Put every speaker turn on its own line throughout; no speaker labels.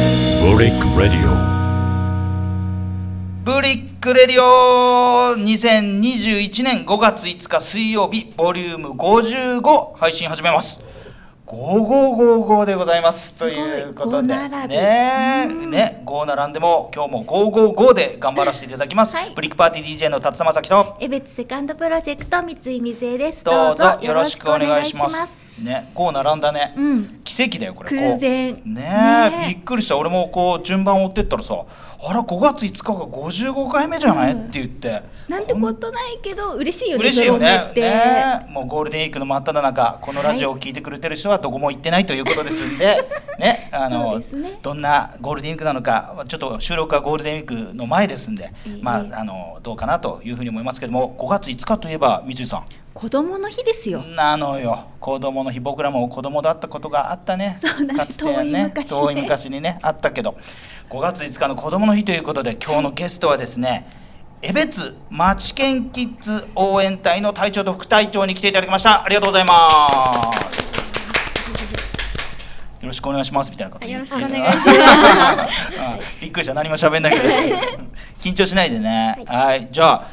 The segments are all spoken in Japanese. リック・レディ
ブリックレディオ2021年5月5日水曜日ボリューム55配信始めます5555でございますと
ごい
いうことで
5並び
ね
うん
ね5並んでも今日も555で頑張らせていただきます、
はい
ブリックパーティー DJ の辰田正樹と
エベツセカンドプロジェクト三井瑞恵です。
どうぞよろしくお願いします
よろしくお願いし
ね5並んだね、
うん
奇跡だよこれ
偶然
こうね
ね
えびっくりした俺もこう順番追ってったらさあら5月5日が55回目じゃない、
うん
って言って
ます。なんてことないけど嬉しいよね。
嬉しいよ
ゾロ
ね
目って
ねもうゴールデンウィークの真っ只中このラジオを聞いてくれてる人はどこも行ってないということですんで、 ねあ
そう
の
ですね
どんなゴールデンウィークなのかちょっと収録はゴールデンウィークの前ですんで、
ええ
まああのどうかなというふうに思いますけども5月5日といえば三井さ
子供の日ですよ。
んなのよ子供の日僕らも子供だったことがあったね
そうなんです
かつてはね
遠い昔ね
遠い昔にねあったけど5月5日の子供の日ということで今日のゲストはですね、江別町県キッズ応援隊の隊長と副隊長に来ていただきましたありがとうございますよろしくお願いしますみたいなこと言って
よろしくお願いします
びっくりした何も喋んなくて緊張しないでねはいじゃあ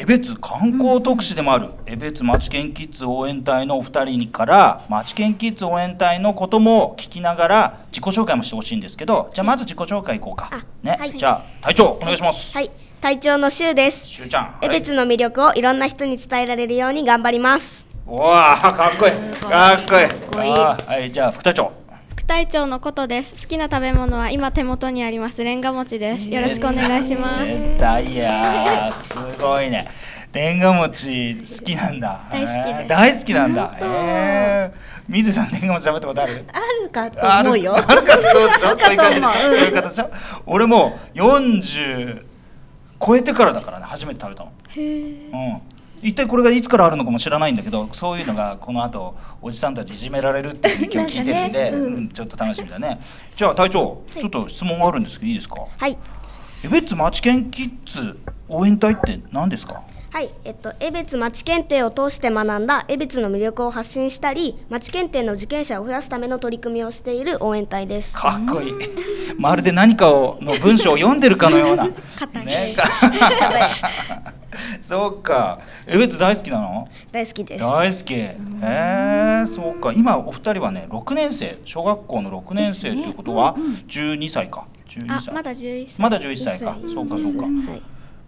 江別観光特使でもある江別町県キッズ応援隊のお二人から町県キッズ応援隊のことも聞きながら自己紹介もしてほしいんですけどじゃあまず自己紹介いこうか
あ
ね、
はい
じゃあ隊長お願いします、
はい、隊長のシュウです。
しゅうちゃんはい
エベツの魅力をいろんな人に伝えられるように頑張ります。
おーかっこいいかっこいい
こいい
あーはいじゃあ副隊長
副隊長のことです。好きな食べ物は今手元にありますレンガ餅です。よろしくお願いします。
出たいやーすごいねレンガ餅好きなんだ
大好きです
えー大好きなんだえー、水さんレンガ餅食べたことある
あるかと思うよ。
ある あるかそうでしょそういう感
あるかと
じで
思う
そういう形でしょ俺もう40超えてからだからね初めて食べたのうん一体これがいつからあるのかも知らないんだけどそういうのがこの後おじさんたちいじめられるっていう今日聞いてるんで
なんかねうん
うんちょっと楽しみだねじゃあ隊 長ちょっと質問があるんですけどいいですか
はい、
エベッツ町県キッズ応援隊って何ですか
はい、えっと、エベツ町検定を通して学んだエベツの魅力を発信したり、町検定の受験者を増やすための取り組みをしている応援隊です。
かっこいい。まるで何かをの文章を読んでるかのような。ね。そうか。えべつ大好きなの？
大好きです。
大好き。へえ、そうか。今お二人はね、六年生、小学校の六年生ということは十二歳か。十二
あ、
歳。
まだ11歳。
まだ11歳か。そうかそうか。
はい、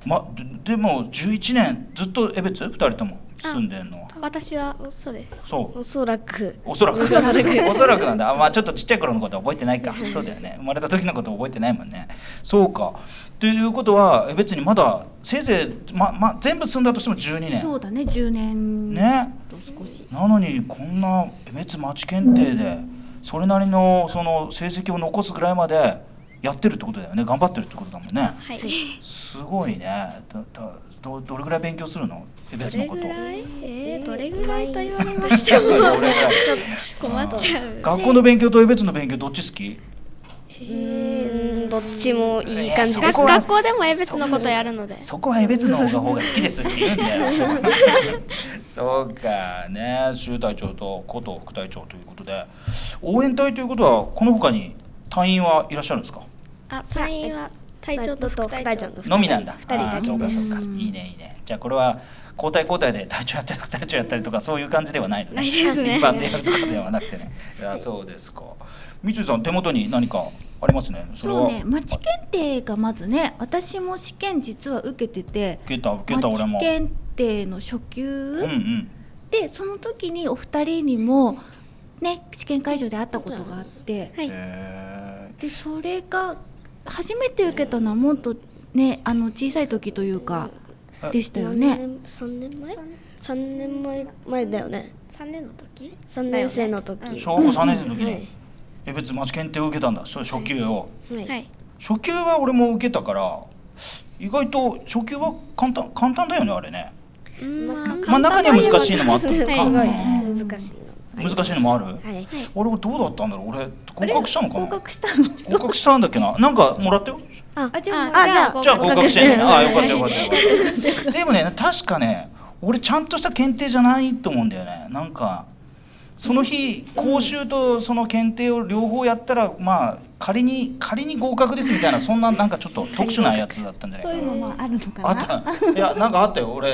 まででも11年ずっとえべつ二人とも住んでるのは。
私はそうです。
そう。
おそらく。
おそらく。お
おそらく
そらくなんだ。あまあちょっとちっちゃい頃のことは覚えてないか。そうだよね。生まれた時のこと覚えてないもんね。そうか。ということはえ別にまだせいぜいまま全部住んだとしても12
そ
年。
うだね、10年
ね。
と少し。
なのにこんなえ別町検定でそれなりのその成績を残すぐらいまでやってるってことだよね。頑張ってるってことだもんね。
はい。
すごいね。だだどどれぐらい勉強するの？え別の
どれ
こ
ぐ
と。
らい？えー、どれぐらいと言われましても 困っちゃう。
学校の勉強とえ別の勉強どっち好き？
うーん、どっちもいい感じ
いや
で
そ
す
こ。は
学校でも江別のことやるので。
そこは江別の方が好きですって言うんだよそうかね周隊長と古藤副隊長ということで応援隊ということはこの他に隊員はいらっしゃるんですか
あ、隊員は隊長と副隊長。
の
のみなんだ
二人
あー
だけ
そうか
です。
そうかいいねいいねじゃあこれは交代交代で隊長やったり副隊長やったりとかそういう感じではないのね
ないですね
一般でやるとかではなくてねいやそうですか三井さん手元に何かありますねそれは
そうね、町検定がまずね、私も試験実は受けてて、
受けた受けた俺
町
も
検定の初級、
うんうん
でその時にお二人にもね試験会場で会ったことがあって
はい。
へ
でそれが初めて受けたのはもっとねあの小さい時というかでしたよね。
三年前？三年前前だよね。
三年の時？
三年生の時。
ー小学校3年生の時
は
に
い
え別に町検定を受けたんだそう初級を
は
はい。
初級は俺も受けたから意外と初級は簡単簡単だよねあれね
ま
まあ中には難しいのもあった
すごい
か
は
難しいの。
難しいのもある
はい。
俺はどうだったんだろう俺合格したのか
合
な
格したの。
合格したんだっけななんかもらったよ
あ
あじゃあ
あ
あじゃあ
じゃあ合格してんねああよかった
合格してる
よかったよかったでもね確かね俺ちゃんとした検定じゃないと思うんだよねなんかその日講習とその検定を両方やったらまあ仮に仮に合格ですみたいなそんななんかちょっと特殊なやつだったんじゃないか
そう
な
いうのもあるのかな
あったいやなんかあったよ俺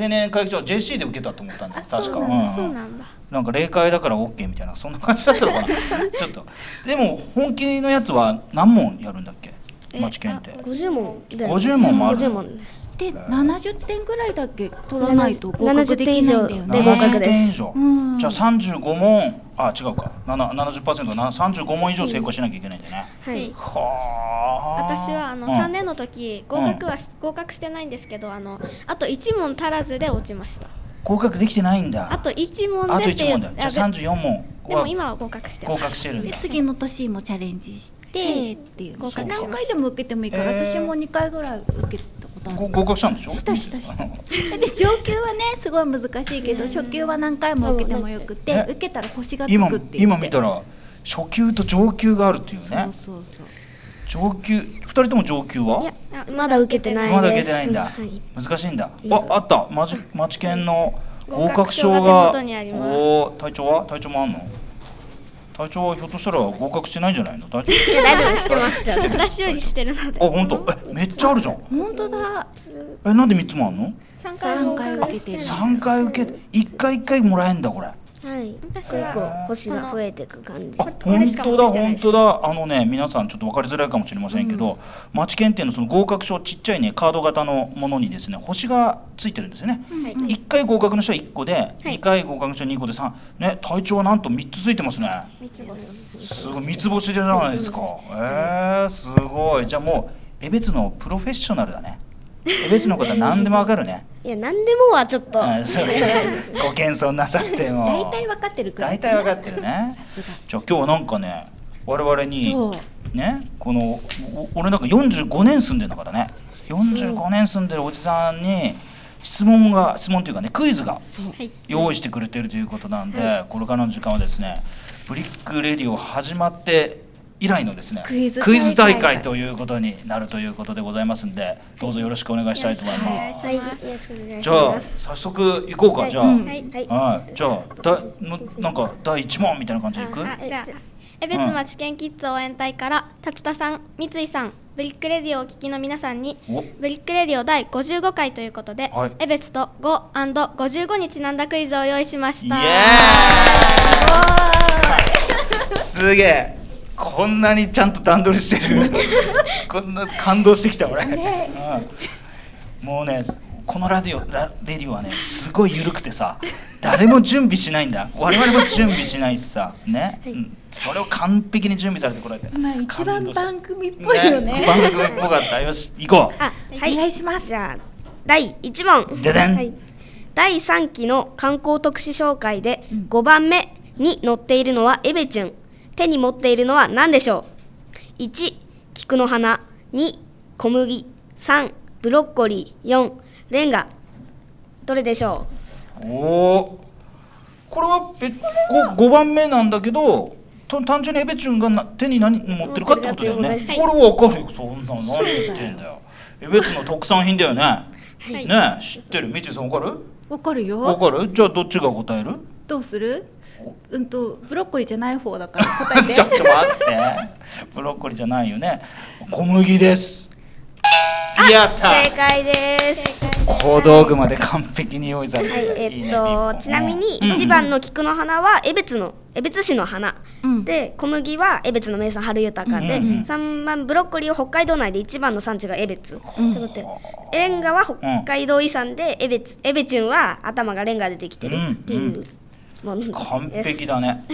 青年会議所 JC で受けたと思ったんだよ確か
そうなんだそう
うん
なんだ
なんか霊界だから OK みたいなそんな感じだったの かなちょっとでも本気のやつは何問やるんだっけ
え
町検定
50問で
50問もある
50問です
で70点ぐらいだけ取らないと合格できないんだよ
で合格
ね。
です
70点以上
うん
じゃあ35問あ違うか7 70%な35問以上成功しなきゃいけないんだね、
はい
はあ
私はあの
うん
3年の時合格はし合格してないんですけどあのあと1問足らずで落ちました
合格できてないんだ
あと1問
あ
で
と
って
1
いう
問だ
あ
じゃあ34問
ででも今は合格してま
合
す
格してるん
で
だ
次の年もチャレンジしてっていう
合格します
何回でも受けてもいいから、
えー
私も2回ぐらい受けたことあ
ご
る
合格したんでしょ
したしたした
うん
で上級はねすごい難しいけど初級は何回も受けてもよくて
え
受けたら星がつく
今
っていう
今見たら初級と上級があるっていう
そ
ね
うそうそう
上級2人とも上級はい
やまだ受けてないです
まだ受けてないんだ、
はい
難しいんだ
いい
あ
ぞ
あったマジマチケンの合
合
格
格
証
証
が
が手元にあります
おお隊長は隊長もあんの隊長はひょっとしたら合格してないんじゃないの隊長
いや大丈夫してますじゃあ
私よりしてるの
あ
で
本当えめっちゃあるじゃん
本当だ
えなんで3つもあんの
3回合格してる
うん
3回受け1回1回もらえんだこれ
はい
私
結構
は
星が増えていく感じ
あ
これ
本
しか持
当
っ
だ
てきてない
本
です
当だあのね皆さんちょっと分かりづらいかもしれませんけど、町検定のその合格証ちっちゃいねカード型のものにですね星がついてるんですよね、
はい
一1回合格の人は1個で、
い
2回合格の人は2個で3ね体調はなんと3つついてますね
三つ星
すごい三つ星じゃないですかえー、すごいじゃあもう江別のプロフェッショナルだね江別のことは何でも分かるね
いや何でもはちょっと
あそうねご謙遜なさっても
大体分かってるくらい
大体分かってるねじゃあ今日はなんかね我々に
そう
ねこのお俺なんか45年住んでるんだからね45年住んでるおじさんに質問が質問というかねクイズが
はい
用意してくれてるということなんで、これからの時間はですねブリックレディオ始まって以来のですね
クイズ大会
大会ということになるということでございますんでどうぞよろしくお願いしたいと思い
よろしくお
ま
願
す。
いしま
はいよろしくお願いし
じゃ
ま
あ
す
早速行こうかじゃあ。
はいはい
はい、じゃあだのなんか第一問みたいな感じでいく
あじゃあ江別町県キッズ応援隊から達田さん三井さんブリックレディオをお聞きの皆さんに
お
ブリックレディオ第55回ということで、
はい
江別と 5&55 にちなんだクイズを用意しまし
イエ
た
ーイすげえこんなにちゃんと段取りして るこんな感動してきた俺、うん、もうねこのラディオラレディオはねすごい緩くてさ誰も準備しないんだ我々も準備しないしさね、うんそれを完璧に準備されてこられて
まあ一番
感動した
番組っぽいよね
番組っぽかったよし行こう
あはい
お願いします
じゃあ第1問
ででん
はい、第3期の観光特使紹介で5番目に載っているのはエベチュン手に持っているのは何でしょう1菊の花2小麦3ブロッコリー4レンガどれでしょ
おおこれは別 5, 番目なんだけどと単純にエベチュンがな手に何持ってるかってことだよね、
持ってるかって
これは分かるよそんなの何言ってんだよエベツの特産品だよね、
い
ねえ知ってるみちゅさん分かる
わかる
分
よ
かるじゃあどっちが答える
どうするうんとブロッコリーじゃない方だから答 え
ち
て
ょっと待ってブロッコリーじゃないよね小麦ですやっ
う
た
正解です
小道具まで完璧に用意されて
はい
る、
え
いいね
っとちなみに1、
いいね
番の菊の花は江別の江別市の花、
うん
で小麦は江別の名産春豊かで、
うんうんうん
3番ブロッコリーは北海道内で一番の産地が江別、ってことでレンガは北海道遺産で江別江別チュンは頭がレンガでできてるっていう、ものです
完璧だね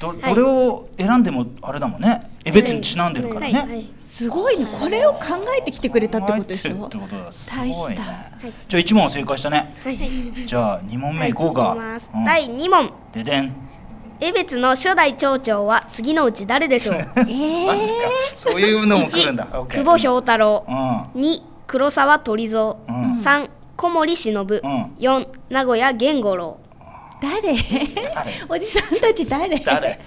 どどれを選んでもあれだもんねえ別にちなんでるからね、
はいはい
すごいねこれを考えてきてくれたってことで
考
し
えてるっ
ょ
てことだす
大
ご
し
いね
た
じゃあ1問正解したね
はい
じゃあ2問目
い
いこうか、
きます
うん
第2問
ででん
江別の初代町長は次のうち誰でし ょう
マジかそういうのも来るんだ
1
OK
久保兵太郎、
うん
2黒沢鳥蔵、
うん
3小森忍、
ん
4名古屋源五郎
誰 おじさんたち誰
誰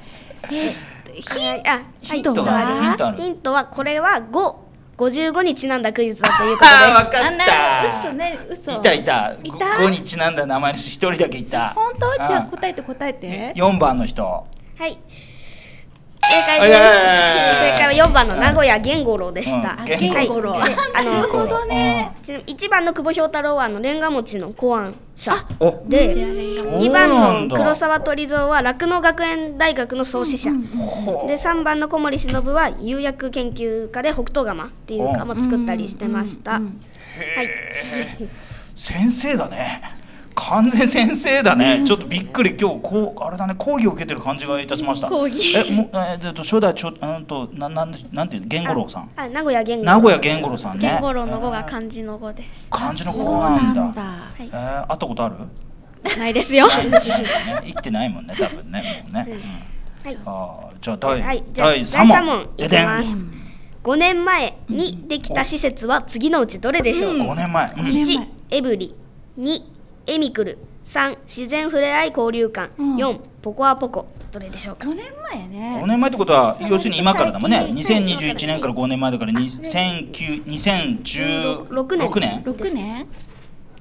ヒンあ
ヒントがあるヒントある
ヒントはこれは5 55にちなんだクイズだということ
ああ分
です
かった
嘘ね嘘
いたいた
いた
5にちなんだ名前の人1人だけいた
本当じゃあ
うん
答えて答えて
4番の人
はい正解で
はい
す。
はい
正解は4番の名古屋源五郎でした。
うん
あ、
はい
元
言語論。
あ
なる
の
ほどね。
ちなみに1番の久保兵太郎はあのレンガ餅の考案者
お、
で
そう
2番の
な
黒
んだ
沢鳥蔵は酪農学園大学の創始者で3番の小森忍は釉薬研究家で北東釜っていう釜
う
作ったりしてました。はい
先生だね。完全先生だね。ちょっとびっくり。今日こうあれだね講義を受けてる感じがいたしました。
講義
え、もうえーっと初代ちょうんとなんなんなんていうの源五郎さん。
あ名古屋源五郎
名古屋源五郎さんね。
言語論の語が漢字の語です。
漢字の子
そう
なんだ。
なんだ。
えー、会ったことある？
ないですよ。
ね生きてないもんね多分ねもうね、
は
う
い
んあーじゃあ第、
はいじゃあ
第3問
第三問
ででん
いきます5年前にできた施設は次のうちどれでしょう、
5年前、うん
1エブリ2エミクル3自然ふれあい交流館、4ポコアポコどれでしょうか
五年前ね。
5年前ってことは要するに今からだもんね
最近
2021年から5年前だから2009 2016
16
年
年
六年。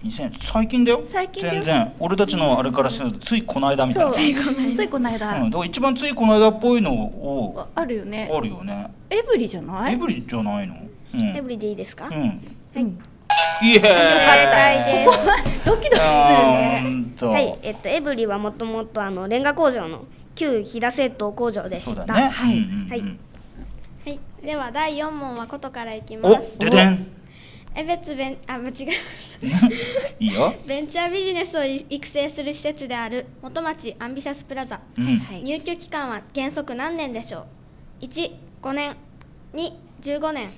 2000最近だよ
最近だよ
全然俺たちのあれからしてるとついこの間みたい
そ
な
う。ついこ
う
の間
ん、。だから一番ついこの間っぽいのを
ああるよね。
あるよね
エブリじゃない。
エブリじゃないのうん、
エブリでいいですか、
う
正
ん、
うん。
イエーイ
解です
ドキドキする
あ
ね。
ーんと
はいえっとエブリはもともとあのレンガ工場の旧飛騨製陶工場で
そ
し
う
た、
だね。
はい
うんうんうん
はい
はい。では第四問はことからいきま
お
す、。
ででん。
えべつべんあ間違えました。
いいよ。
ベンチャービジネスを育成する施設である元町アンビシャスプラザ、
うん。
はい
入居期間は原則何年でしょう15年215年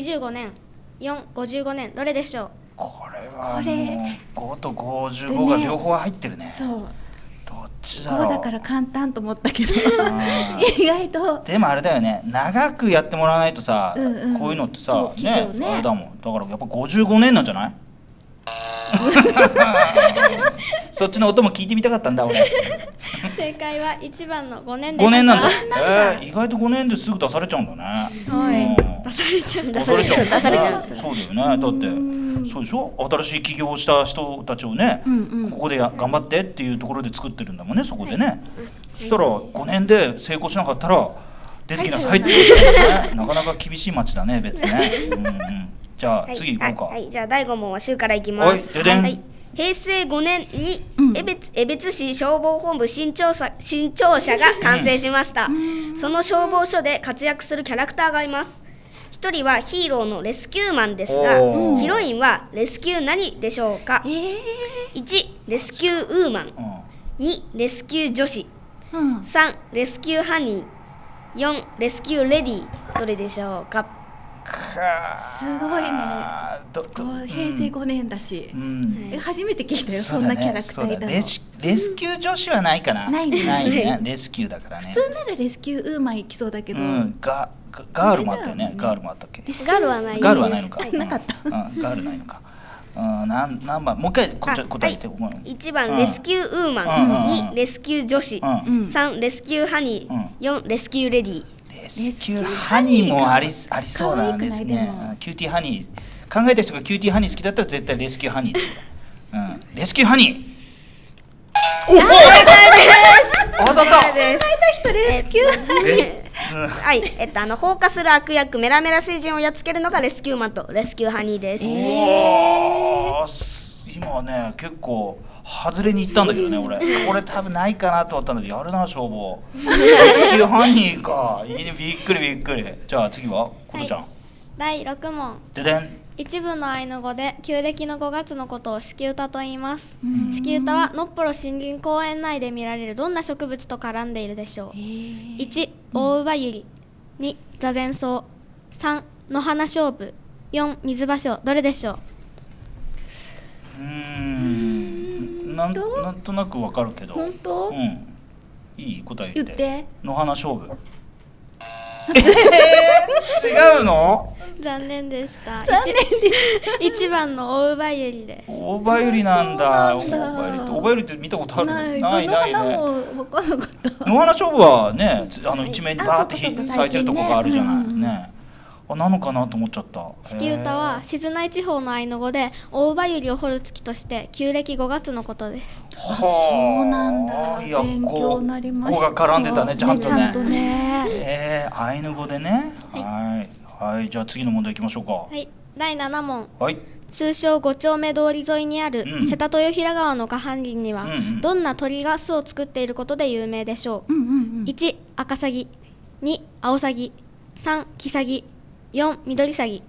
325年455年どれでし ょう
これは
これ
もう5と55が
でね
両方入ってるね。
そう。
どっちだろう。
五だから簡単と思っ たけど。
あ
意外と。
でもあれだよね長くやってもらわないとさ、
うんうん
こういうのって
そ
さ
う企業ね
あれだもんだからやっぱ55年なんじゃ ないそっちの音も聞いてみたかったんだ 俺
正解は1番の5年で
5
した
年なんだえー意外と5年ですぐ出されちゃうんだね、
はい
うん
出されちゃう
出されちゃう出されちゃう
そうだよねだってそうでしょ新しい起業をした人たちをね、
うんうん
ここでや頑張ってっていうところで作ってるんだもんねそこでね、そしたら5年で成功しなかったら出てきなさいってことだよね、なかなか厳しい町だね別ね、うんうん、じゃあ次行こうか、
はい、はいじゃあ第5問は週からいきます。
はいででん
はい平成5年に
うん
江別,、江別市消防本部新庁舎新庁舎が完成しました、その消防署で活躍するキャラクターがいます一人はヒーローのレスキューマンですが
おー
ヒロインはレスキュー何でしょうか
ええ。
1レスキューウーマン
うん
2レスキュー女子
うん。
3レスキューハニー4レスキューレディーどれでしょうか
すごいね
あーどど
こう平成5年だし
う、ん
え初めて聞いたよ
そ
そ,、
うんだね
なキャラクターい
そうだ
たの
レスレスキュー女子はないかな
ないね
ねレスキューだからね
普通ならレスキューウーマン行きそうだけど、
うん、ガガガールもあったよねガールもあったっけ
レスキュー
ガールはないです
ガールはないのか、
はいなかった
うんうんガールないのかうんなん何番もう一回こっち
あ
答えて、ごめん
1
うん
番レスキューウー
うん
マン
うん
2レスキュー女子
うん
3レスキューハニ
うん
ー4レスキューレディー
レスキューハニーもありありそうだ
可愛くない
ね
でも
うんキューティーハニー考えた人がキューティーハニー好きだったら絶対レスキューハニーだよ、うん、レスキューハニーおお当たった
人レスキュー
ぜ
はい、えっと、あの放火する悪役メラメラ星人をやっつけるのがレスキューマンとレスキューハニーです。
おーす今ね結構外れに行ったんだけどね俺これ多分ないかなと思ったのでやるな消 防レスキューハニーかいいねびっくりびっくりじゃあ次はことちゃん、
第6問
ででん
一部の愛の語で旧暦の5月のことを子宮歌と言います子宮歌はのっぽろ森林公園内で見られるどんな植物と絡んでいるでしょう1大ウユリ2座禅草3野花勝負4水芭蕉どれでしょう
うーんなんなんとなくわかるけど
本当
うんいい答え言
言
っ
ってて
野花勝負えー、違う の
残念でした
残念
1番の大ウユリです
大葉ゆりなんだ大
そうなんだ
葉ゆりって大葉ゆりって見たことある
ないどの花も分かんなかった
野花勝負はねつあの一面にバーって
あそっかそっか
咲いてるとこがあるじゃない、
最近ね
ねあなのかなと思っちゃった
四季歌は静内地方のアイヌ語で大羽百合を掘る月として旧暦5月のことです
へーはあ
そうなんだ
いや
勉強になりました
こうこうが絡んでたねちゃんとね
ちゃんとね
えー、アイヌ語でねはいはいじゃあ次の問題いきましょうか
はい第7問
はい、
通称五丁目通り沿いにあ
うん
る瀬田豊平川の下半林には
うんうん
どんな鳥が巣を作っていることで有名でしょう
うんうんうん
1赤サギ2アオサギ3キサギ4緑サギ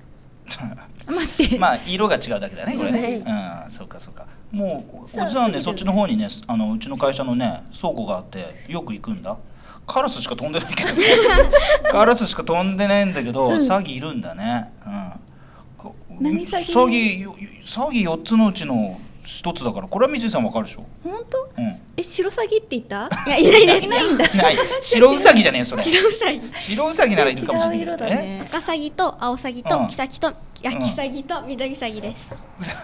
待って、
まあ色が違うだけだねこれね、うんそうかそうかもうおじさんねそっちの方にねあのうちの会社のね倉庫があってよく行くんだカラスしか飛んでないけど、ね、カラスしか飛んでないんだけど、サギいるんだねうんこ
何サギ
サギよサギ4つのうちの一つだからこれは水井さんわかるでしょ
本当
うん
え白鷺って言った
いやいない ですよ
ない白ウサギじゃねえそれ
白ウサギ
白ウサギならいるかもしれない
違う
けど
色だね
赤サギと青サギ
う
と
ん
キサギといや
うん
キサギと緑サギです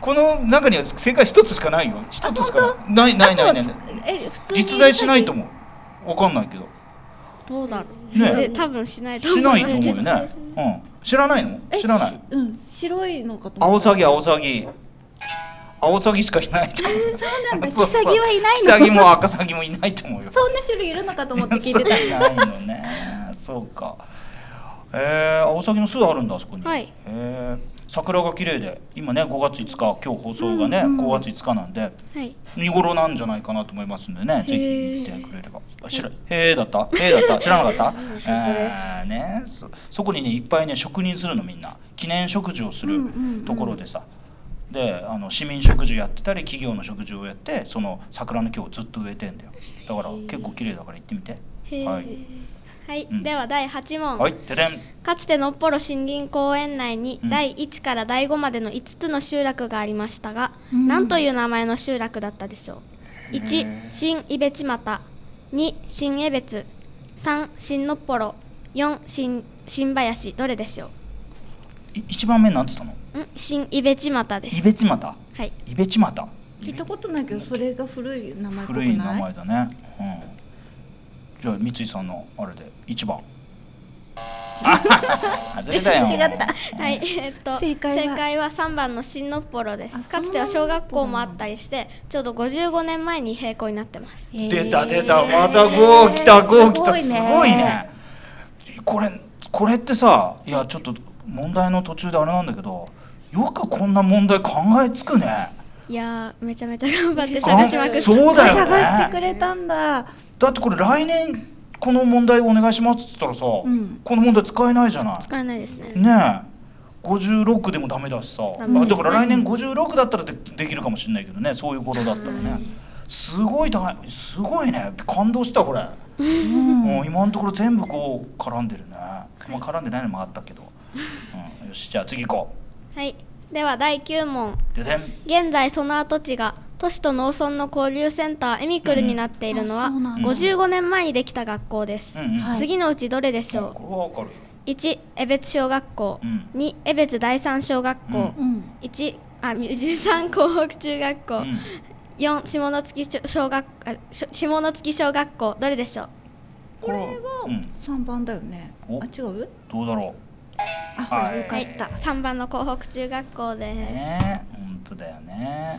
この中には正解一つしかないよ一つしかないないないないない
え普通に
実在しないと思うわかんないけど
どうだろう
ね
え多分しないと
し
思
ないい
ま
と
す
思うよね、うん、知らないの
え
知らな
し
い
うん白いのかと
ア
思
オ
った
サギアオサギアオサギしかいないと思う
そうなんだキ
そうそ
サ
う
ギはいないの
キサギも赤サギもいないと思うよ
そんな種類いるのかと思って聞い てた
そうないのねそうかえー、アオサギの巣あるんだあそこに、
はい
えー桜が綺麗で今ね5月5日今日放送がね、5月5日なんで
はい
見頃なんじゃないかなと思いますんでね、ぜひ見てくれれば。あ知らへえだった、へえだ った、知らなかった。えーね、そそこにねいっぱいね職人するのみんな記念植樹をするところでさ、であの市民植樹やってたり企業の植樹をやってその桜の木をずっと植えてんだよ。だから結構綺麗だから行ってみて。
へー
はい
はい
うん
では第8問
はい、てれん。
かつてのっぽろ森林公園内に
うん
第1から第5までの5つの集落がありましたが、何という名前の集落だったでしょう1新伊部千又2新江別3新のっぽろ4新新林どれでしょ
い一番目なんつったの？
うん新伊部千又です
イベチマタ。
はい
イベチマタ。
聞いたことないけどそれが古い名前っぽくな
古
い
い名前だね、うん、じゃあ三井さんのあれで一 番あ外れたよ
違った
はい、えっと
正解は
3番の新のっぽろで
あ
すかつては小学校もあったりしてちょうど55年前に閉校になってます
出た出たまた5来た5来たす
すごいね
ごいねこれこれってさいやちょっと問題の途中であれなんだけどよくこんな問題考えつくね
いやーめちゃめちゃ頑張って探しまくって
そうだよね
探してくれたんだ
だってこれ来年この問題お願いしますって言ったらさ、
ん
この問題使えないじゃない
使えないですね
ねえ56でもダメだしさ、
ダメです
だから来年56だったらでできるかもしれないけどねそういう頃だったらねすごい大すごいね感動したこれ、もう今のところ全部こう絡んでるね、まあ、絡んでないのもあったけど、うん、よしじゃあ次行こ
はいでは第9問
うででん
現在その跡地が都市と農村の交流センターエミクルになっているのは
うんあそうなん
だ
55年前にできた学校です
うんうん、
はい
次のうちどれでしょ
これはわかるよ
う1江別小学校
うん
2江別第三小学
う
校
うん
1あ13港北中学校
うん
4下関小小学あしょ下関小学校どれでしょう
これは、うん、
三番だよね
お
あ違う
どうだろ
あほら
はい
よかった
3番の港北中学校
う
で
ねえ本当だよね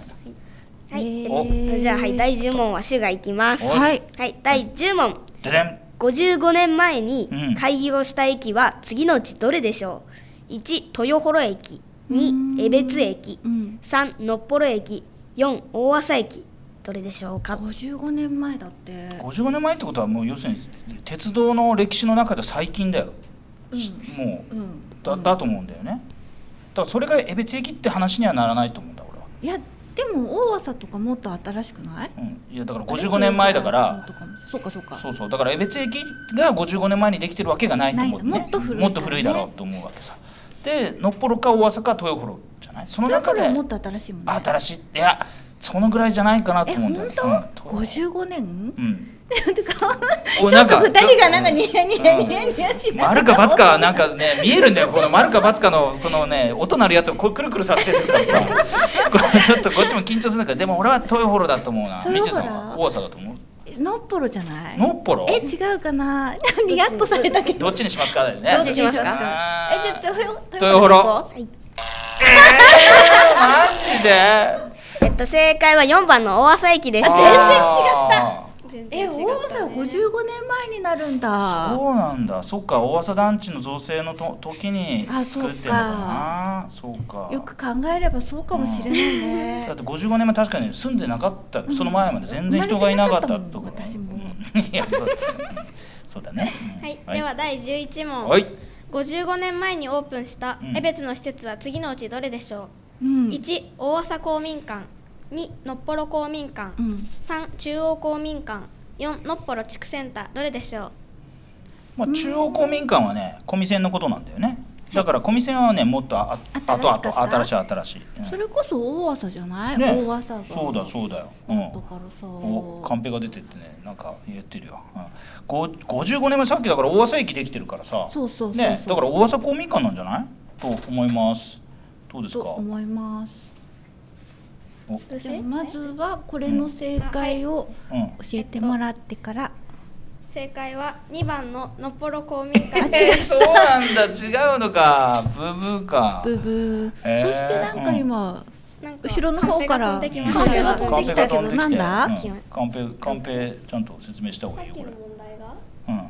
はい、
お
へー
じゃあ、はい、第10問は主がいきます。
お
はい
はい、第10問。
ででん
55年前
うん
に会議をした駅は次のうちどれでしょう ?1、豊幌駅。2、江別駅。
うん
3、のっぽろ駅。4、大浅駅。どれでしょうか
55年前だって
55年前ってことはもう要するに鉄道の歴史の中で最近だよ、もう
うん
だだと思うんだよねだからそれが江別駅って話にはならないと思うんだ俺は、
いやでも大浅とかもっと新しくない
うん、いやだから55年前だから
とかもそうかそうか
そうそうだから江別駅が55年前にできてるわけがないと思う、ね、
ないもっと古い
もっと古いだろうと思うわけさでのっぽろか大浅か豊幌じゃないその
だか
中で
らもっと新しいもんね
新しいいやそのぐらいじゃないかなと
え
思うんだよ
本
ね
当
うん
55年
うん
てか
お
ちょ
なん
っと
か
二人がなんかニヤニヤ
うん
ニヤニヤしなが
丸
ら
か×かはなんかね見えるんだよこの丸か×かのそのね音鳴るやつをこうくるくるさせてるからさこれちょっとこっちも緊張するんだけどでも俺は豊幌だと思うな道
豊
井さ
幌
んは大浅だと思う
えノッポロじゃない
ノッポロ
え違うか なニヤッとされたけど
どっちにしますかだよね
どっちにしますか
あー
えじゃあ豊
豊
ほ
幌
ろ
マジで
えっと正解は4番の大浅駅でした
あー
全然違
え
った
大
ね
政は55年前になるんだ
そうなんだそっか大浅団地の造成のと時に
あ
作ってんのかなそうか
よく考えればそうかもしれないね
だって55年前確かに住んでなかった、その前まで全然人がいなかったとこ
生まれてなかったもん
うん いやそうそうだ ね、うん
はい、では第11問、
はい
55年前にオープンした
うん
江別の施設は次のうちどれでしょ
う
う、
ん
1大浅公民館2のっぽろ公民館、
うん
3中央公民館4のっぽろ地区センターどれでしょう
まあ、中央公民館はね小見線のことなんだよねだから小見線はねもっとああ
新し
と
か
あ
った
と新しい新しい、うん
それこそ大朝じゃない、
ね
大朝が
そうだそうだよ、う
だ
ん、
からさ
おカンペが出てってねなんか言ってるよ、うん、ご55年前さっきだから大浅駅できてるからさ
そうそうそうそう、
ね、だから大浅公民館なんじゃないと思いますどうです
と
か
思います
お
じゃあまずはこれの正解を
うん
教えてもらってから、
正解は2番ののっぽろ公民館
えーそうなんだ違うのかブーブーか
ブーブー、
へー
そしてなんか今、
なんか
後ろの方から
カンペが飛んできま
カンペが
した
飛んできたけど
カンペ
なんだ
が飛んできてうんカンペカンペちゃんと説明した方
さ
がいい
っ
よ
き
こ
の
れ
問題が
うん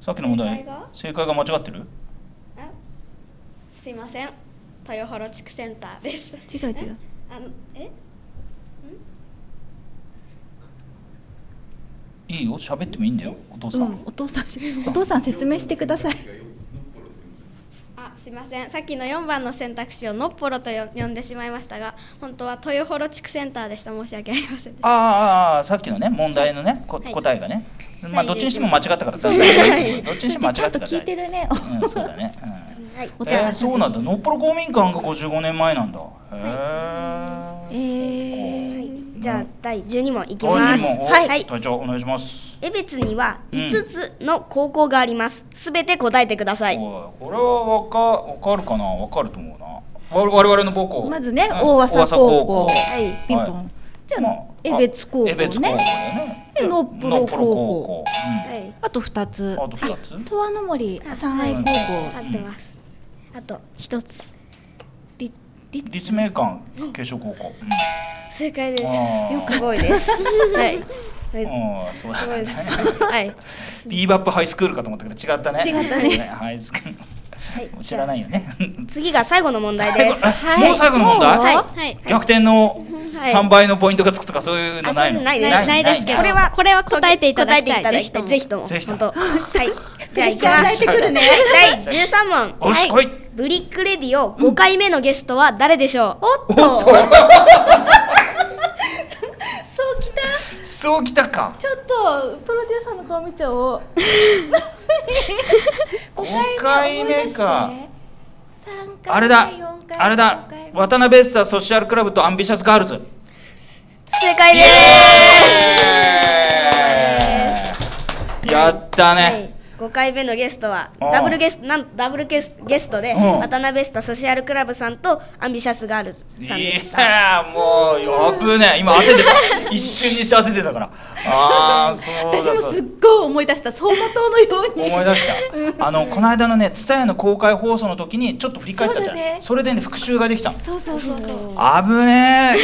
さっきの問題
正解が
正解が間違ってる
あすいません豊幌地区センターです
違う違う
あのえ
いいよ喋ってもいいんだよお父さん、
うん、お父さんお父さん説明してください
あすいませんさっきの4番の選択肢をのっぽろとよ呼んでしまいましたが本当は豊幌地区センターでした申し訳ありませんでした
ああああさっきのね問題のね、こ
はい
答えがね、ま
は
あ
い
どっちにしても間違ったから大丈夫どっちにしても間違っ
でちゃ
た
んと
から
聞いてるね、
大丈夫うんそうだね、 うん
はい
お
え
茶
ーそうなんだのっぽろ公民館が55年前なんだへえ、
えー
じゃあ第12問いき
こう
ます
12問
は、
はい
はいい、
隊長お願いします
江別には
うん
5つの高校がありますすべて答えてください
おいこれはわかわかるかなわかると思うなわ我々の母校
まずね
うん
大浅高校
は
はい
い
ピンポン、
はい
じゃあ、
ま
江別高校
江別高校だ
ね
よね
でのっぽろ高校
のっぽろ高校うん
はい
あと2つ
あと二つ
十和の森三愛高
合
校
ってますあと1つ
立立
立命館慶祥高校うん
正解です
あー
すごいですはいはい
ああそうだ
すごい
ね
ですはい
ビーバップハイスクールかと思ったけど違ったね
違ったね
ハイスクー
はい
ル知らないよね
次が最後の問題です
最後えもう最後の問題
はい
はい
逆転の
はい
3倍のポイントがつくとかそういうのないの
あそんなないです
ないないですけど
これは
これは答えていた
答
だ
え
き
てい
た
た
い
だきたいぜひとも
ぜひとも
本当 はいじゃあ
立
いきます
てくるね
はい第13問
よし
は
来い
ブリックレディオ5回目のゲストは誰でしょう
おっと
そうきた
そうきたか
ちょっとプロデューサーの顔見ちゃ おう。
5
5
回目か。
三回目
あれだ
四回目
あれだ
五回目
渡辺エッサーソシャルクラブとアンビシャスガールズ
正解で
イエーイやった
す、は
ね
い、5回目のゲストは
あー
ダブルゲストなんダブルゲスゲストで
うん
渡辺スタソシアルクラブさんとアンビシャスガールズ
い
さんでした
やーもうよぶねえ今汗出た一瞬にして汗出たからああそうだ
私
そ
も
うだ
すっごい思い出した。走馬灯のように。
思い出したあのこの間のね蔦屋の公開放送の時にちょっと振り返ったじゃん
そうだね
それでね復習ができたの
そうそうそうそう。
危ねえ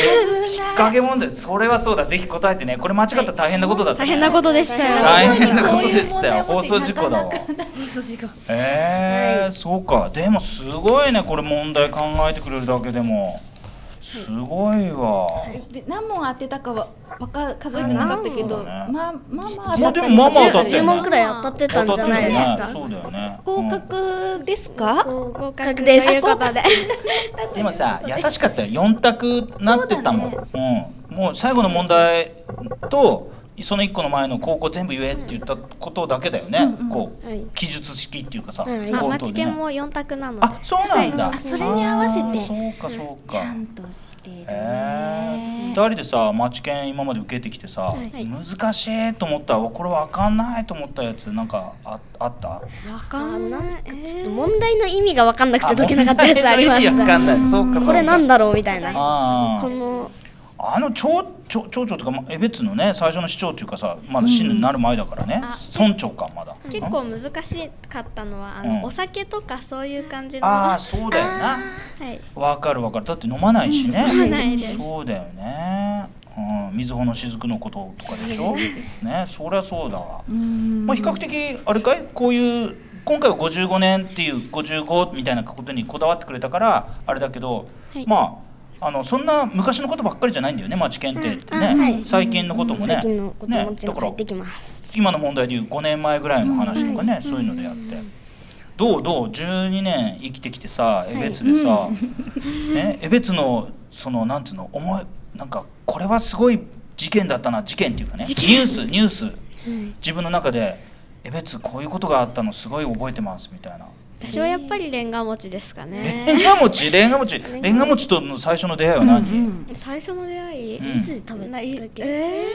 引っ掛け問題それはそうだぜひ答えてねこれ間違ったら大変なことだった、
大
ね
変なことでしたよ
大変なことでしたよ
こうい
放
う問題持って
送事故だわ
なかなか放送事故。
えー
はい
そうかでもすごいねこれ問題考えてくれるだけでもすごいわ、
で何問当てたかはわか数えてなかったけ
あーそう
ど、
だ
ま
ね
あまあまあ
まあ
当たった
でもまあまあ当たったよね
10問くらい当たってたんじゃないで
当
す
たってるよ
か
ねそうだよね
合
うん
格ですか？
合格と
です
いうことで
でもさ優しかったよ4択なってたもんう、ん、もう最後の問題とその1個の前の高校全部言えって言ったことだけだよね、こう、
はい
記述式っていうかさ、
はい
そういう
まあ
こ
マ
と
チ
で
ケ
ね
ンも4択なので
あそうなんだ
あそれに合わせて
あーそうかそう
ちゃ
か
んとしてる
えー、2
ね。
人でさマチケン今まで受けてきてさ、
い
難しいと思ったこれ分かんないと思ったやつなんかああった
わかんないえ
ちょっ
ー
と問題の意味が分かんなく
あ
て解けなかったやつありまし
問題の意味わか
た
んないそうかそうか
これなんだろうみたいな
あー
この
あの町長町長とかま江別のね最初の市長というかさまだ市になる前だからね、
あ
村長かまだ
結
うん
構難しかったのはあ
うん
のお酒とかそういう感じの
あ
は
あそうだよないわかるわかるだって飲まないしね、
飲まないです
そうだよね、うん、水穂の雫のこととかでしょねそりゃそうだわ、まあ、比較的あれかいこういう今回は55年っていう55みたいなことにこだわってくれたからあれだけど、
はい
まああのそんな昔のことばっかりじゃないんだよね町検定ってね、
うんあはい
最近のこともね
最近のこと
ね
も全
だ
部
か
入
ら
ってきます。
今の問題でいう5年前ぐらいの話とかね、そういうのでやって、どうどう12年生きてきてさ江別でさ、 ね、江別のそのなんつうの思いなんかこれはすごい事件だったな事件っていうかねニュースニュース、自分の中で江別こういうことがあったのすごい覚えてますみたいな。
私はやっぱりレンガ餅ですか
レ
ね
ンガ餅レンガ餅レンガ餅との最初の出会いは何、
最初の出会い、
うん
いつ食べた
ない
っけ？
え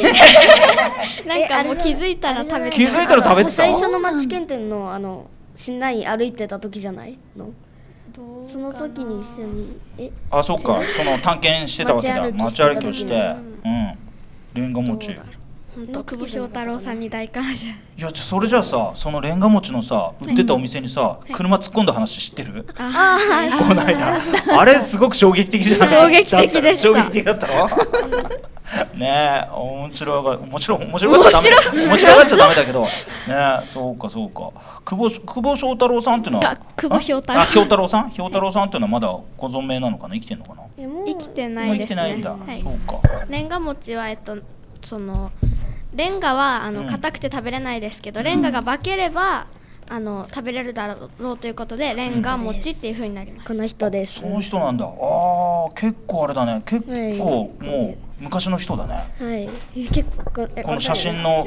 ー なんかもう気づいたら食べ
気づ
て
いたら食べてた
最初の町検定のあの市内歩いてた時じゃないの？
どう
その時に一緒にえ
あそっかその探検してたわけだ街
街
歩
歩
き
き
を
を
し
してて
うんレンガ餅
本当久保祥太郎さんに大感謝
いやそれじゃあさそのレンガ餅のさ売ってたお店にさ、車突っ込んだ話知ってる、
あ
この間あれすごく衝撃的じゃない
衝撃的でした
だったら衝撃的だったろ ねえ面白いが面白い面白がっちゃダメ面白がっちゃダメだけどねえそうかそうか久保久保翔太郎さんっていうのは
が久保翔太郎
ああ翔太郎さん翔太郎さんっていうのはまだご存命なのかな生きてんのかな
えも う
生きて
も
な
う
い
生
で
き
す
て
ね
ないんだ、
はい
そうか
レンガ餅はえっとそのレンガはあ
う
の
ん
硬くて食べれないですけど、レンガが化ければあの食べれるだろうということでレンガ餅っていう風になります、
この人です。
そういう人なんだあー結構あれだね結
はい
構もう昔の人だね
はい。結構え
この写真の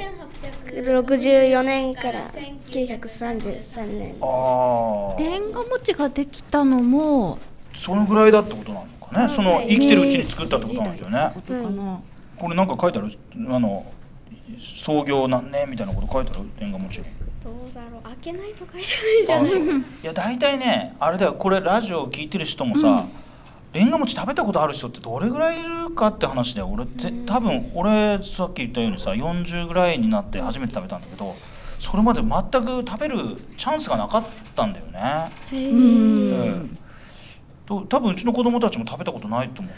64年から933年。
ああ
レンガ餅ができたのも
そのぐらいだってことなのかねその生きてるうちに作ったってことなんだよね
ことかな、
これなんか書いてあるあの創業何年みたいなこと書いてあるレンガ餅
どうだろう開けないと書いてないじゃ
あ
ん
そういや大体ねあれだよこれラジオ聞いてる人もさ、レンガ餅食べたことある人ってどれぐらいいるかって話だよ俺ぜ多分俺さっき言ったようにさ40ぐらいになって初めて食べたんだけどそれまで全く食べるチャンスがなかったんだよね、うんと多分うちの子供たちも食べたことないと思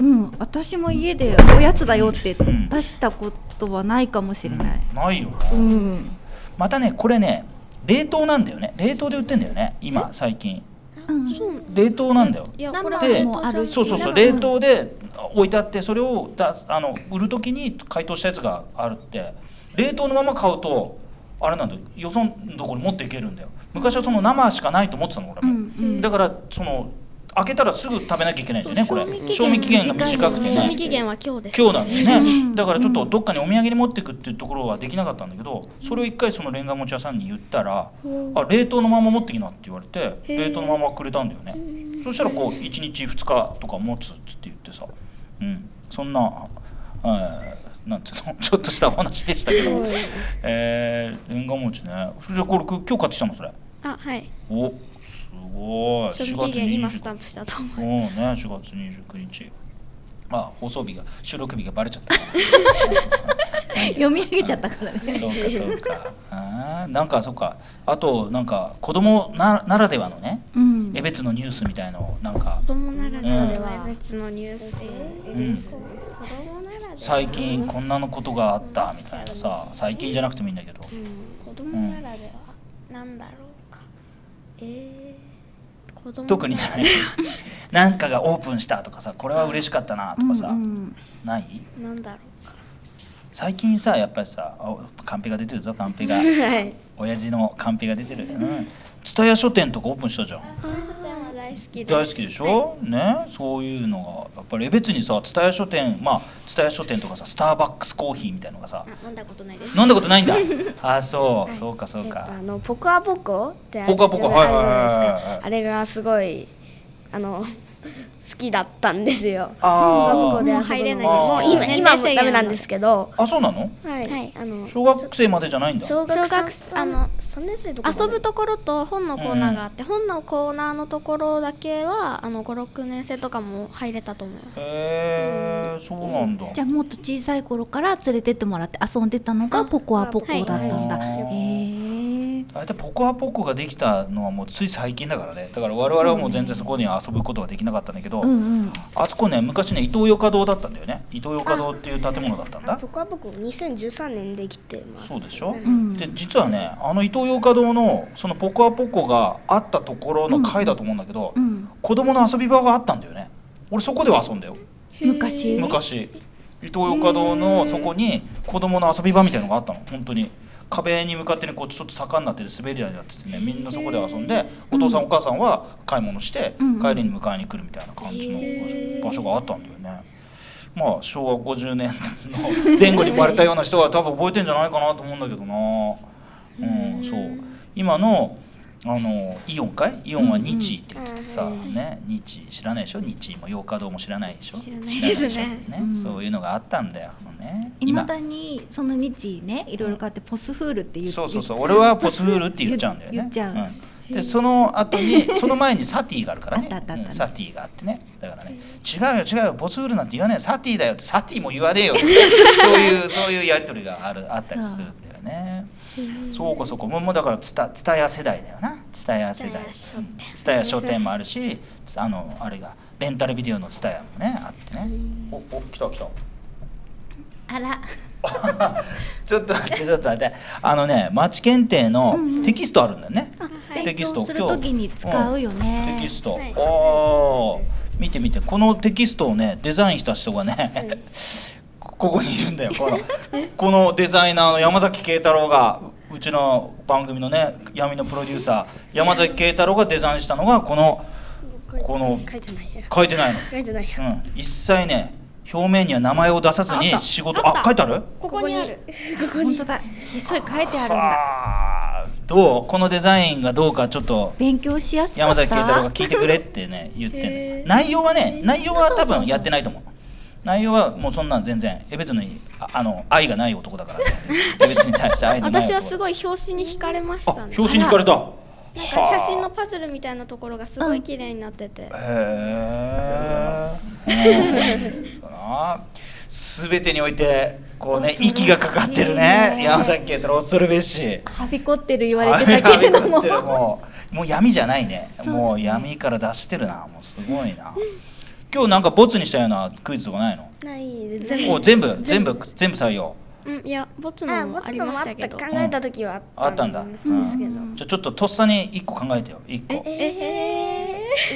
うんだ
うん、私も家でおやつだよって出したことはないかもしれない。
ないよね、
うん、
またねこれね冷凍なんだよね冷凍で売ってんだよね今最近冷凍なんだよ
いやこれ
で
生もあるし、
そうそうそう冷凍で置いてあってそれを出すあの売る時に解凍したやつがあるって冷凍のまま買うとあれなんだよよそのところに持っていけるんだよ昔はその生しかないと思ってたの俺も、だからその開けたらすぐ食べなきゃいけないんだよねこれ賞味期限が短くてね
賞味期限は今日です
今日なんだよねだからちょっとどっかにお土産に持ってくっていうところはできなかったんだけどそれを一回そのレンガ餅屋さんに言ったら「あ冷凍のまま持ってきな」って言われて冷凍のままくれたんだよねそしたらこう1日2日とか持つっつって言ってさ、うん、そんな、えーなんていうの ちょっとしたお話でしたけどえー、レンガ餅ねそれじゃあこれ今日買ってきたのそれ
あはい
おすごい4
賞味期
月
限今ス
29
タンプしたと思
そうね、4月29日。あ、放送日が、収録日がバレち ゃった。
読み上げちゃったからね。
そうか、そうか。あーなんか、そうか。あと、なんか、子供なならではのね、
うん、
江別のニュースみたいの、なんか
う子、供ならではの別のニュース、
うん、
子供ならでは
最近こんなのことがあったみたいなさ、最近じゃなくてもいいんだけど。
子供ならではなんだろうか、えー、子供
特に ないなんかがオープンしたとかさこれは嬉しかったなとかさ、ない
なんだろうか
最近さやっぱりさあカンペが出てるぞカン ペが
はい。
親父のカンペが出てるうん蔦屋書店とかオープンしたじゃん
大好き
大好きでしょ、ねそういうのがやっぱり江別にさ蔦屋書店まあ蔦屋書店とかさスターバックスコーヒーみたいのがさ
飲んだことないです
飲んだことないんだあそうそうかそ
え
う
っとあ
か、
のポコアポコってあ
ポ
る
コ
じ
ア
ゃ
ポコ
ないあるじゃない
はいはいはい
ですか。あれがすごいあの好きだったんですよ。
あ
ここ
ー
で
もう
遊ぶの
入れ
で
ない
す
もう今
年
今
齢
も
制限
ダメなんですけど、
あそうなの
はい、
はい
あの
小学生までじゃないんだ
小
小
学
学
生
あの
三年生とかかな
遊ぶところと本のコーナーがあって、本のコーナーのところだけはあの56年生とかも入れたと思う
へえそうなんだ
じゃあもっと小さい頃から連れてってもらって遊んでたのがポコアポコだったんだ。
はい
へえ。
大体ポコアポコができたのはもうつい最近だからねだから我々はもう全然そこには遊ぶことができなかったんだけど、
うんうん。
あそこね昔ね伊東洋華堂だったんだよね伊東洋華堂っていう建物だったんだ
僕は僕2013年できてます。
そうでしょ
はい
うん
で実はねあの伊東洋華堂のそのポコアポコがあったところの階だと思うんだけど、
うん。
子供の遊び場があったんだよね俺そこでは遊んだよ
昔。
昔伊東洋華堂のそこに子供の遊び場みたいのがあったの本当に壁に向かってねこうちょっと坂になってて滑り台になっててねみんなそこで遊んでお父さんお母さんは買い物して
うんうん
帰りに迎えに来るみたいな感じの場所があったんだよねまあ昭和50年の前後に生まれたような人は多分覚えてんじゃないかなと思うんだけどなうんそう今のあのイオンかいイオンは日って言っててさ、ね日知らないでしょ日も洋華堂も知らないでしょ
知らないですね
知らないでしょね、
うん
そういうのがあったんだよね
いまだにその日ねいろいろ変わってポスフールっていう。
そうそうそう俺はポスフールって言っちゃうんだよね
言っちゃうん
でその後 にその前にサティがあるからね
あったあったあった
うんサティがあってねだからね違うよ違うよポスフールなんて言わないよサティだよってサティも言わ ねえよってそういうそういうやり取りがあるあったりするんだよねそうかそうかもうもうだからつた蔦屋世代だよな蔦屋世代蔦屋商店もあるしあのあれがレンタルビデオの蔦屋もねあってねおお来た来た
あら。
ちょっと待ってちょっと待ってあのね町検定のテキストあるんだよね、テ
勉
キ
強
スト
するときに使うよ
今日
ね。
テキスト、
はい
おー見て見てこのテキストをねデザインした人がね、 こここにいるん だよこのこのデザイナーの山崎慶太郎がううちの番組のね闇のプロデューサー山崎慶太郎がデザインしたのがこのこの
書いてないや。
書いてないの、
書いてないや。
うん、一切ね表面には名前を出さずに仕事あ書いてある
ここにある
本当だ。ひっそり書いてあるんだ。
あーどうこのデザインがどうかちょっと
勉強しやすか
山
った。
崎慶太郎が聞い てくれってね言ってんの内容はね内容は多分やってないと思う内容はもうそんなん全然え別にああの愛がない男だから え別に対して愛のない男
私はすごい表紙に惹かれまし
あ
たね
表紙に惹かれた
なんか写真のパズルみたいなところがすごい綺麗になってて、
へえすべてにおいてこうね息がかかってるね山崎慶太郎恐るべし
はびこってる言われてたけれども
あ。れはもうもう闇じゃないね
うだね
もう闇から出してるなもうすごいな今日なんかボツにしたようなクイズとかないの
ないです。全
もう全部全部全部採用
うんいやボツ
部。
の
あ、
も
も
あ
つ
り
の
ま
もあ
し
っ
け
たた
ど
考えた時は
あったんだ、う
ですけど。
ん、じゃあちょっととっさに1個考えてよ1個
え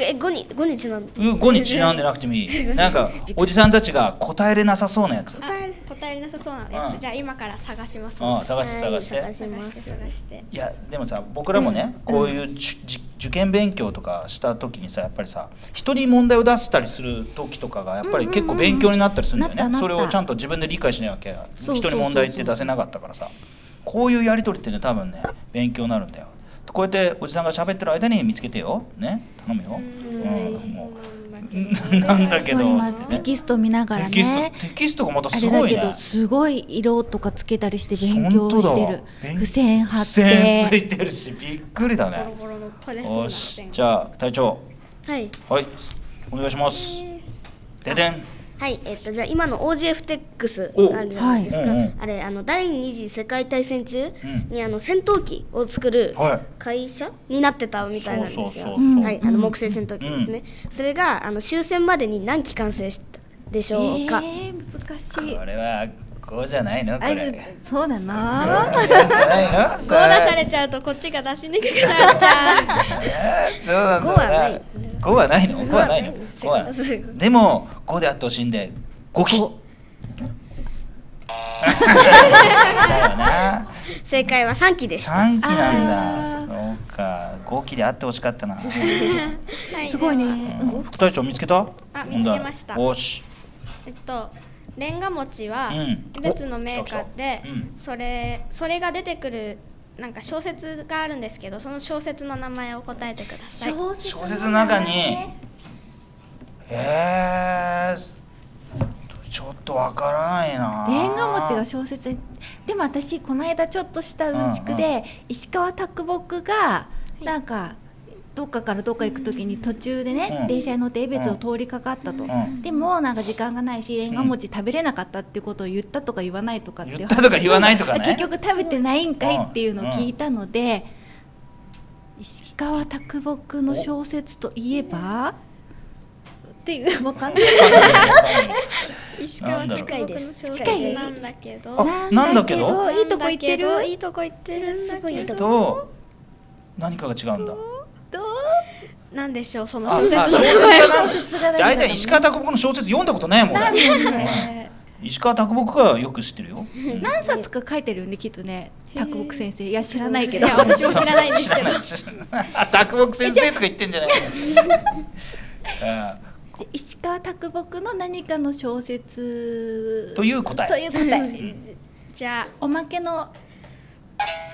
え五日五日なん
うん5にちなんでなくてもいいなんかおじさんたちが答えれなさそうなやつ
あ答えれなさそうなやつ、
うん
じゃあ今から探します
うん
ね
探して探して、
はい探します
探して
いやでもさ僕らもね、こういうじじ受験勉強とかした時にさやっぱりさ人に問題を出したりする時とかがやっぱり結構勉強になったりするんだよね、
なったなった
それをちゃんと自分で理解しなきゃ
そうそうそう
人に問題って出せなかったからさこういうやり取りってね多分ね勉強になるんだよこうやっておじさんが喋ってる間に見つけてよね頼むようんもう なんだけど
もう今
つって
テ
ね
キスト見ながら
テキス
ね
トテキストがまた
あ
す
れだ
ごい
け
ね
どすごい色とかつけたりして勉強
本当だわ
してる
勉
付箋貼っ
付箋つ
て
いてるしびっくりだね
ボロボロの取れそうな
よ
線
しじゃあ隊長
はい
はいお願いしますででん
はいえっとじゃあ今の OGF テックス
お
あるじゃないですか、
はいうんうん
あれあの第二次世界大戦中にあの戦闘機を作る
はい
会社になってたみたいなんですよ
そうそうそうそう
はいあの木製戦闘機ですね、それがあの終戦までに何機完成したでし
え
ょう
ー、
か、
難しい
これはこうじゃないのこ
あ
れ
れそうな の
こうじゃないの
こう出されちゃうとこっちが出しにくくなっちゃう
そうなんだ
こうはない
こうはないのこうはないのこうは
違います
でもこうであってほしいんでごきだよな
正解は三機でした
三期なんだそうか五期であってほしかったな
はい
すごいね、うん
副隊長見つけた
あ見つけました
おし
えっとレンガ餅は
うん
別のメーカ
お
ーで
来た来たうん
それそれが出てくるなんか小説があるんですけどその小説の名前を答えてください
小説の中にえー、ちょっとわからないな
レンガ餅が小説にでも私この間ちょっとしたうんちくで、
うん
石川啄木がなんかどっかからどっか行く時に途中でね、
うん
電車に乗って江別を通りかかったと、
うん
でもなんか時間がないしレンガ餅食べれなかったっていうことを言ったとか言わないとかっていう
言ったとか言わないとかね
結局食べてないんかいっていうのを聞いたので、石川啄木の小説といえばっていうわかんない
石川
なんだろう
近いです
近
近い
なんだけど
あなんだけど
なんだけどいいとこ行ってる
いいとこ行ってるんだけど
すごいいいとこ
と何かが違うんだ
どう
なんでしょうその
あ
小説
あ
の
小説
名前
が大体石川
啄
啄木の小説読んだことないもん俺石川啄木がよく知ってるよ、うん
何冊か書いてるよねきっとね卓木先生いや知らないけ
い
ど
や私も知らないんですけど
知らないあ卓木先生とか言ってんじゃないうん
石川啄木の何かの小説
という答え
という答え
じゃあ
おまけの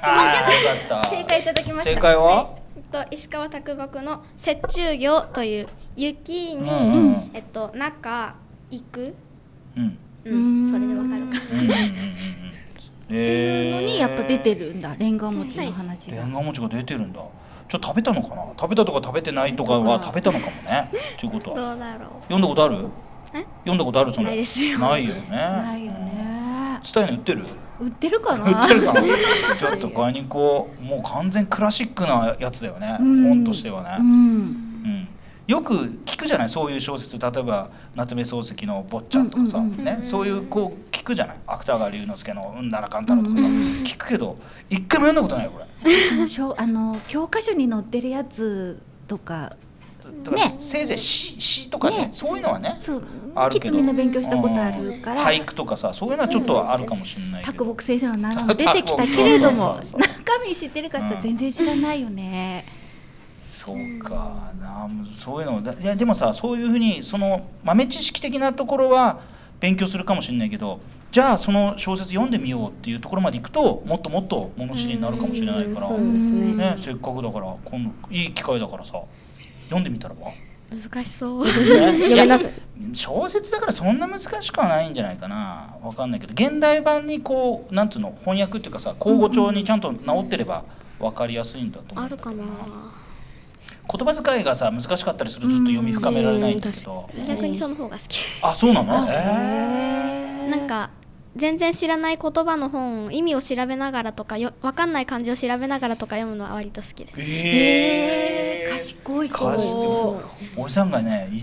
あーよかった
正解いただきました
正解は、
えっと、石川啄木の「雪中行」という雪に、
うんうんうん
えっと、中行く、
うん
うん、それでわかるか
うんうんうんうんって
っていうのにやっぱ出てるんだレンガ餅の話
レ
が
ンガ餅が出てるんだちょっと食べたのかな食べたとか食べてないとかは食べたのかもねということは
どうだろう
読んだことある
え
読んだことあるそれ
ないですよ
ないよね
ないよね
伝えの売ってる
売ってるか
売
な
ってるか なちょっと買いに行こうもう完全クラシックなやつだよね、
うん
本としてはね、
うん
うんよく聞くじゃないそういう小説例えば夏目漱石の「坊ちゃん」とかさ、
うんうん
うん
ね、そういうこう聞くじゃない芥川龍之介の「うんだらかんたら」とかさ、聞くけど一回も読んだことないよこれ。
その小あの教科書に載ってるやつとか
だから、
ね
せいぜい詩詩とかね
ね
そういうのはね
そう
あ
き
るけ
っと
ど
みんな勉強したことあるから
うん俳句とかさそういうのはちょっとあるかもしれないけ
卓
ど
木先生の名前も出てきたけれども
そうそうそうそ
中身知ってるかって言ったら全然知らないよね。
そうかなそういうのだいやでもさそういうふうにその豆知識的なところは勉強するかもしれないけどじゃあその小説読んでみようっていうところまでいくともっともっと物知りになるかもしれないから、
そうですね
ね、せっかくだから今度いい機会だからさ読んでみたらば。
難しそう
読
めなさい
小説だからそんな難しくはないんじゃないかなわかんないけど現代版にこうなんつうの翻訳っていうかさ口語調にちゃんと直ってれば分かりやすいんだと思う
あ
んだ
る
けど
かな
言葉遣いがさ難しかったりするとちょっと読み深められないんだけど
逆にその方が好き
あそうなのえ
なんか全然知らない言葉の本を意味を調べながらとかよわかんない漢字を調べながらとか読むのは割と好きです
ー、え
えー、
ー、
賢い子。
賢いおじさんがねい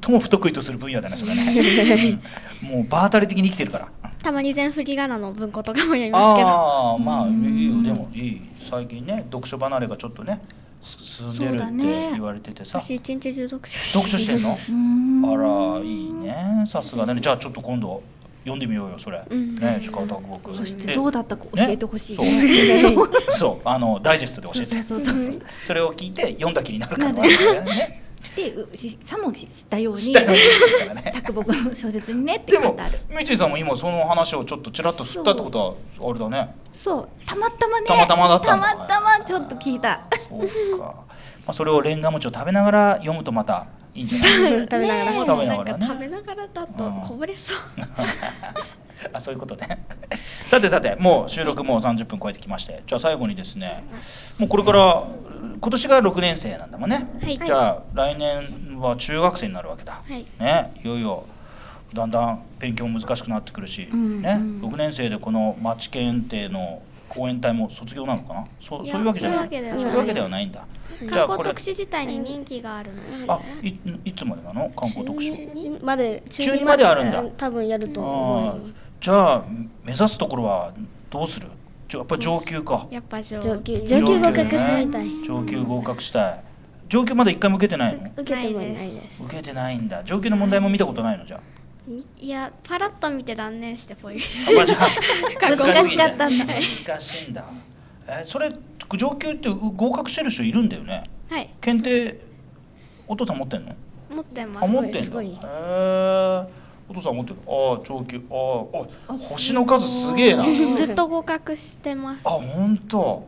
最も不得意とする分野だねそれね、うんもう場当たり的に生きてるから
たまに全振り仮名の文庫とかも読みますけど
ああまあいいよでもいい最近ね読書離れがちょっとねす進んでるっ
そうだ
て
ね
言われててさ、
私一日中読書
読書してんの
うーん
あらいいねさすがだねじゃあちょっと今度読んでみようよそれ、
うん
ね石川啄木
そし
で
てどうだったか教えてほしいね。
そうそうあのダイジェストで教
そう
えて
そうそうそう。
それを聞いて読んだ気になるから
なる
ね
でうしさも知ったよう
知
に
ったように知ったからね
卓木の小説にねっ て
で
書い
も
てある。
三井さんも今その話をちょっとちらっと振ったってことはあれだね
そうたまたまね。
たまたまだったんだ
たまたまちょっと聞いた。
そうか、まあ、それをレンガ餅を食べながら読むとまたいいんじゃない
食べながら
食べながら
なんか食
ね。
べながらだとこぼれそう
あ、そういうことね。さてさて、もう収録もう30分超えてきまして、じゃあ最後にですね、もうこれから今年が6年生なんだもんね。
はい
じゃあ来年は中学生になるわけだ。
はい
ね、いよいよだんだん勉強も難しくなってくるし、
ん
ね、6年生でこの町検定の講演隊も卒業なのかな。そう
いや
そういうわけじゃない。
そうい
そうい
うわけではない
うわけではないんだ。 じゃ
観
あこ
光
れ
特、使自体に人気があるの
あ、いいつまでなの？観光特集。
まで
中二まであるんだ
う多分やると
あ
思
ーじゃあ目指すところはどうするじゃやっぱ上級か
やっぱ上
う上級上級合格してみたい
上級合格したい上級まだ一回も受けてないの
受けてもないです
受けてないんだ上級の問題も見たことないのじゃあ
いやパラッと見て断念してぽい
あまあじゃあ
難しかったんだ
難しいんだえそれ上級って合格してる人いるんだよね
はい
検定お父さん持ってんの
持ってま
あ
す
持ってん
す
だ
ご
へ
い
えお父さん持ってるああ上級あーあ星の数すげえな
ずっと合格してます
あ本当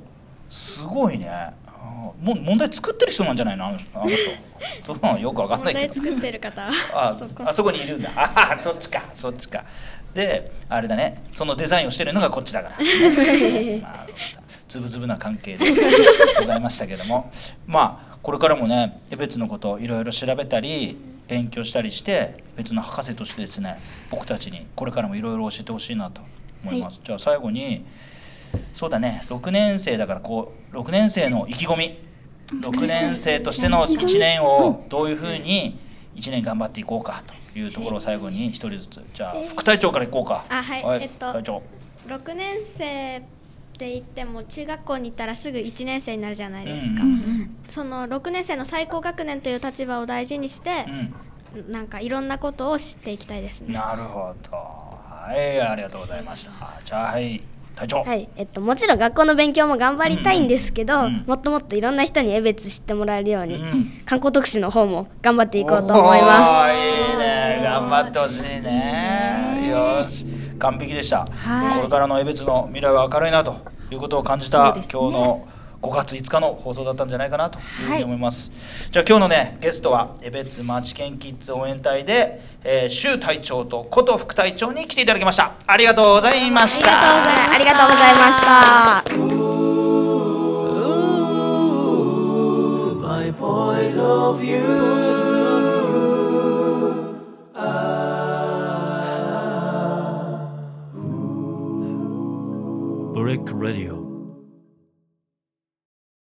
すごいねあも問題作ってる人なんじゃないのあの人あの人 どうなのよくわかんな
問
いけ
題
ど
作ってる方
あ
はそこ
あそこにいるんだああそっちかそっちかであれだねそのデザインをしてるのがこっちだから、まあ、ズブズブな関係でございましたけどもまあこれからもね別のことをいろいろ調べたり勉強したりして別の博士としてですね僕たちにこれからもいろいろ教えてほしいなと思います、じゃあ最後にそうだね6年生だからこう6年生の意気込み6年生としての1年をどういうふうに1年頑張っていこうかというところを最後に1人ずつじゃあ副隊長からいこうか
あはいえっと
隊長
6年生って言っても中学校に行ったらすぐ1年生になるじゃないですか、
うん
その6年生の最高学年という立場を大事にして、なんかいろんなことを知っていきたいです
うん
ね
なるほどはいありがとうございましたじゃあはい隊長
はいえっと、もちろん学校の勉強も頑張りたいんですけど、
うん
もっともっといろんな人に江別知ってもらえるように、
うん
観光特使の方も頑張っていこうと思います
おーいいね頑張ってほしいねよし完璧でした、
はい
これからの江別の未来は明るいなということを感じた、
そうですね
今日の5月5日の放送だったんじゃないかなというふうに思います、じゃあ今日のねゲストは江別町県キッズ応援隊で、えー、周隊長と琴副隊長に来ていただきましたありがとうございました
ありがとうございました
ありがとうございました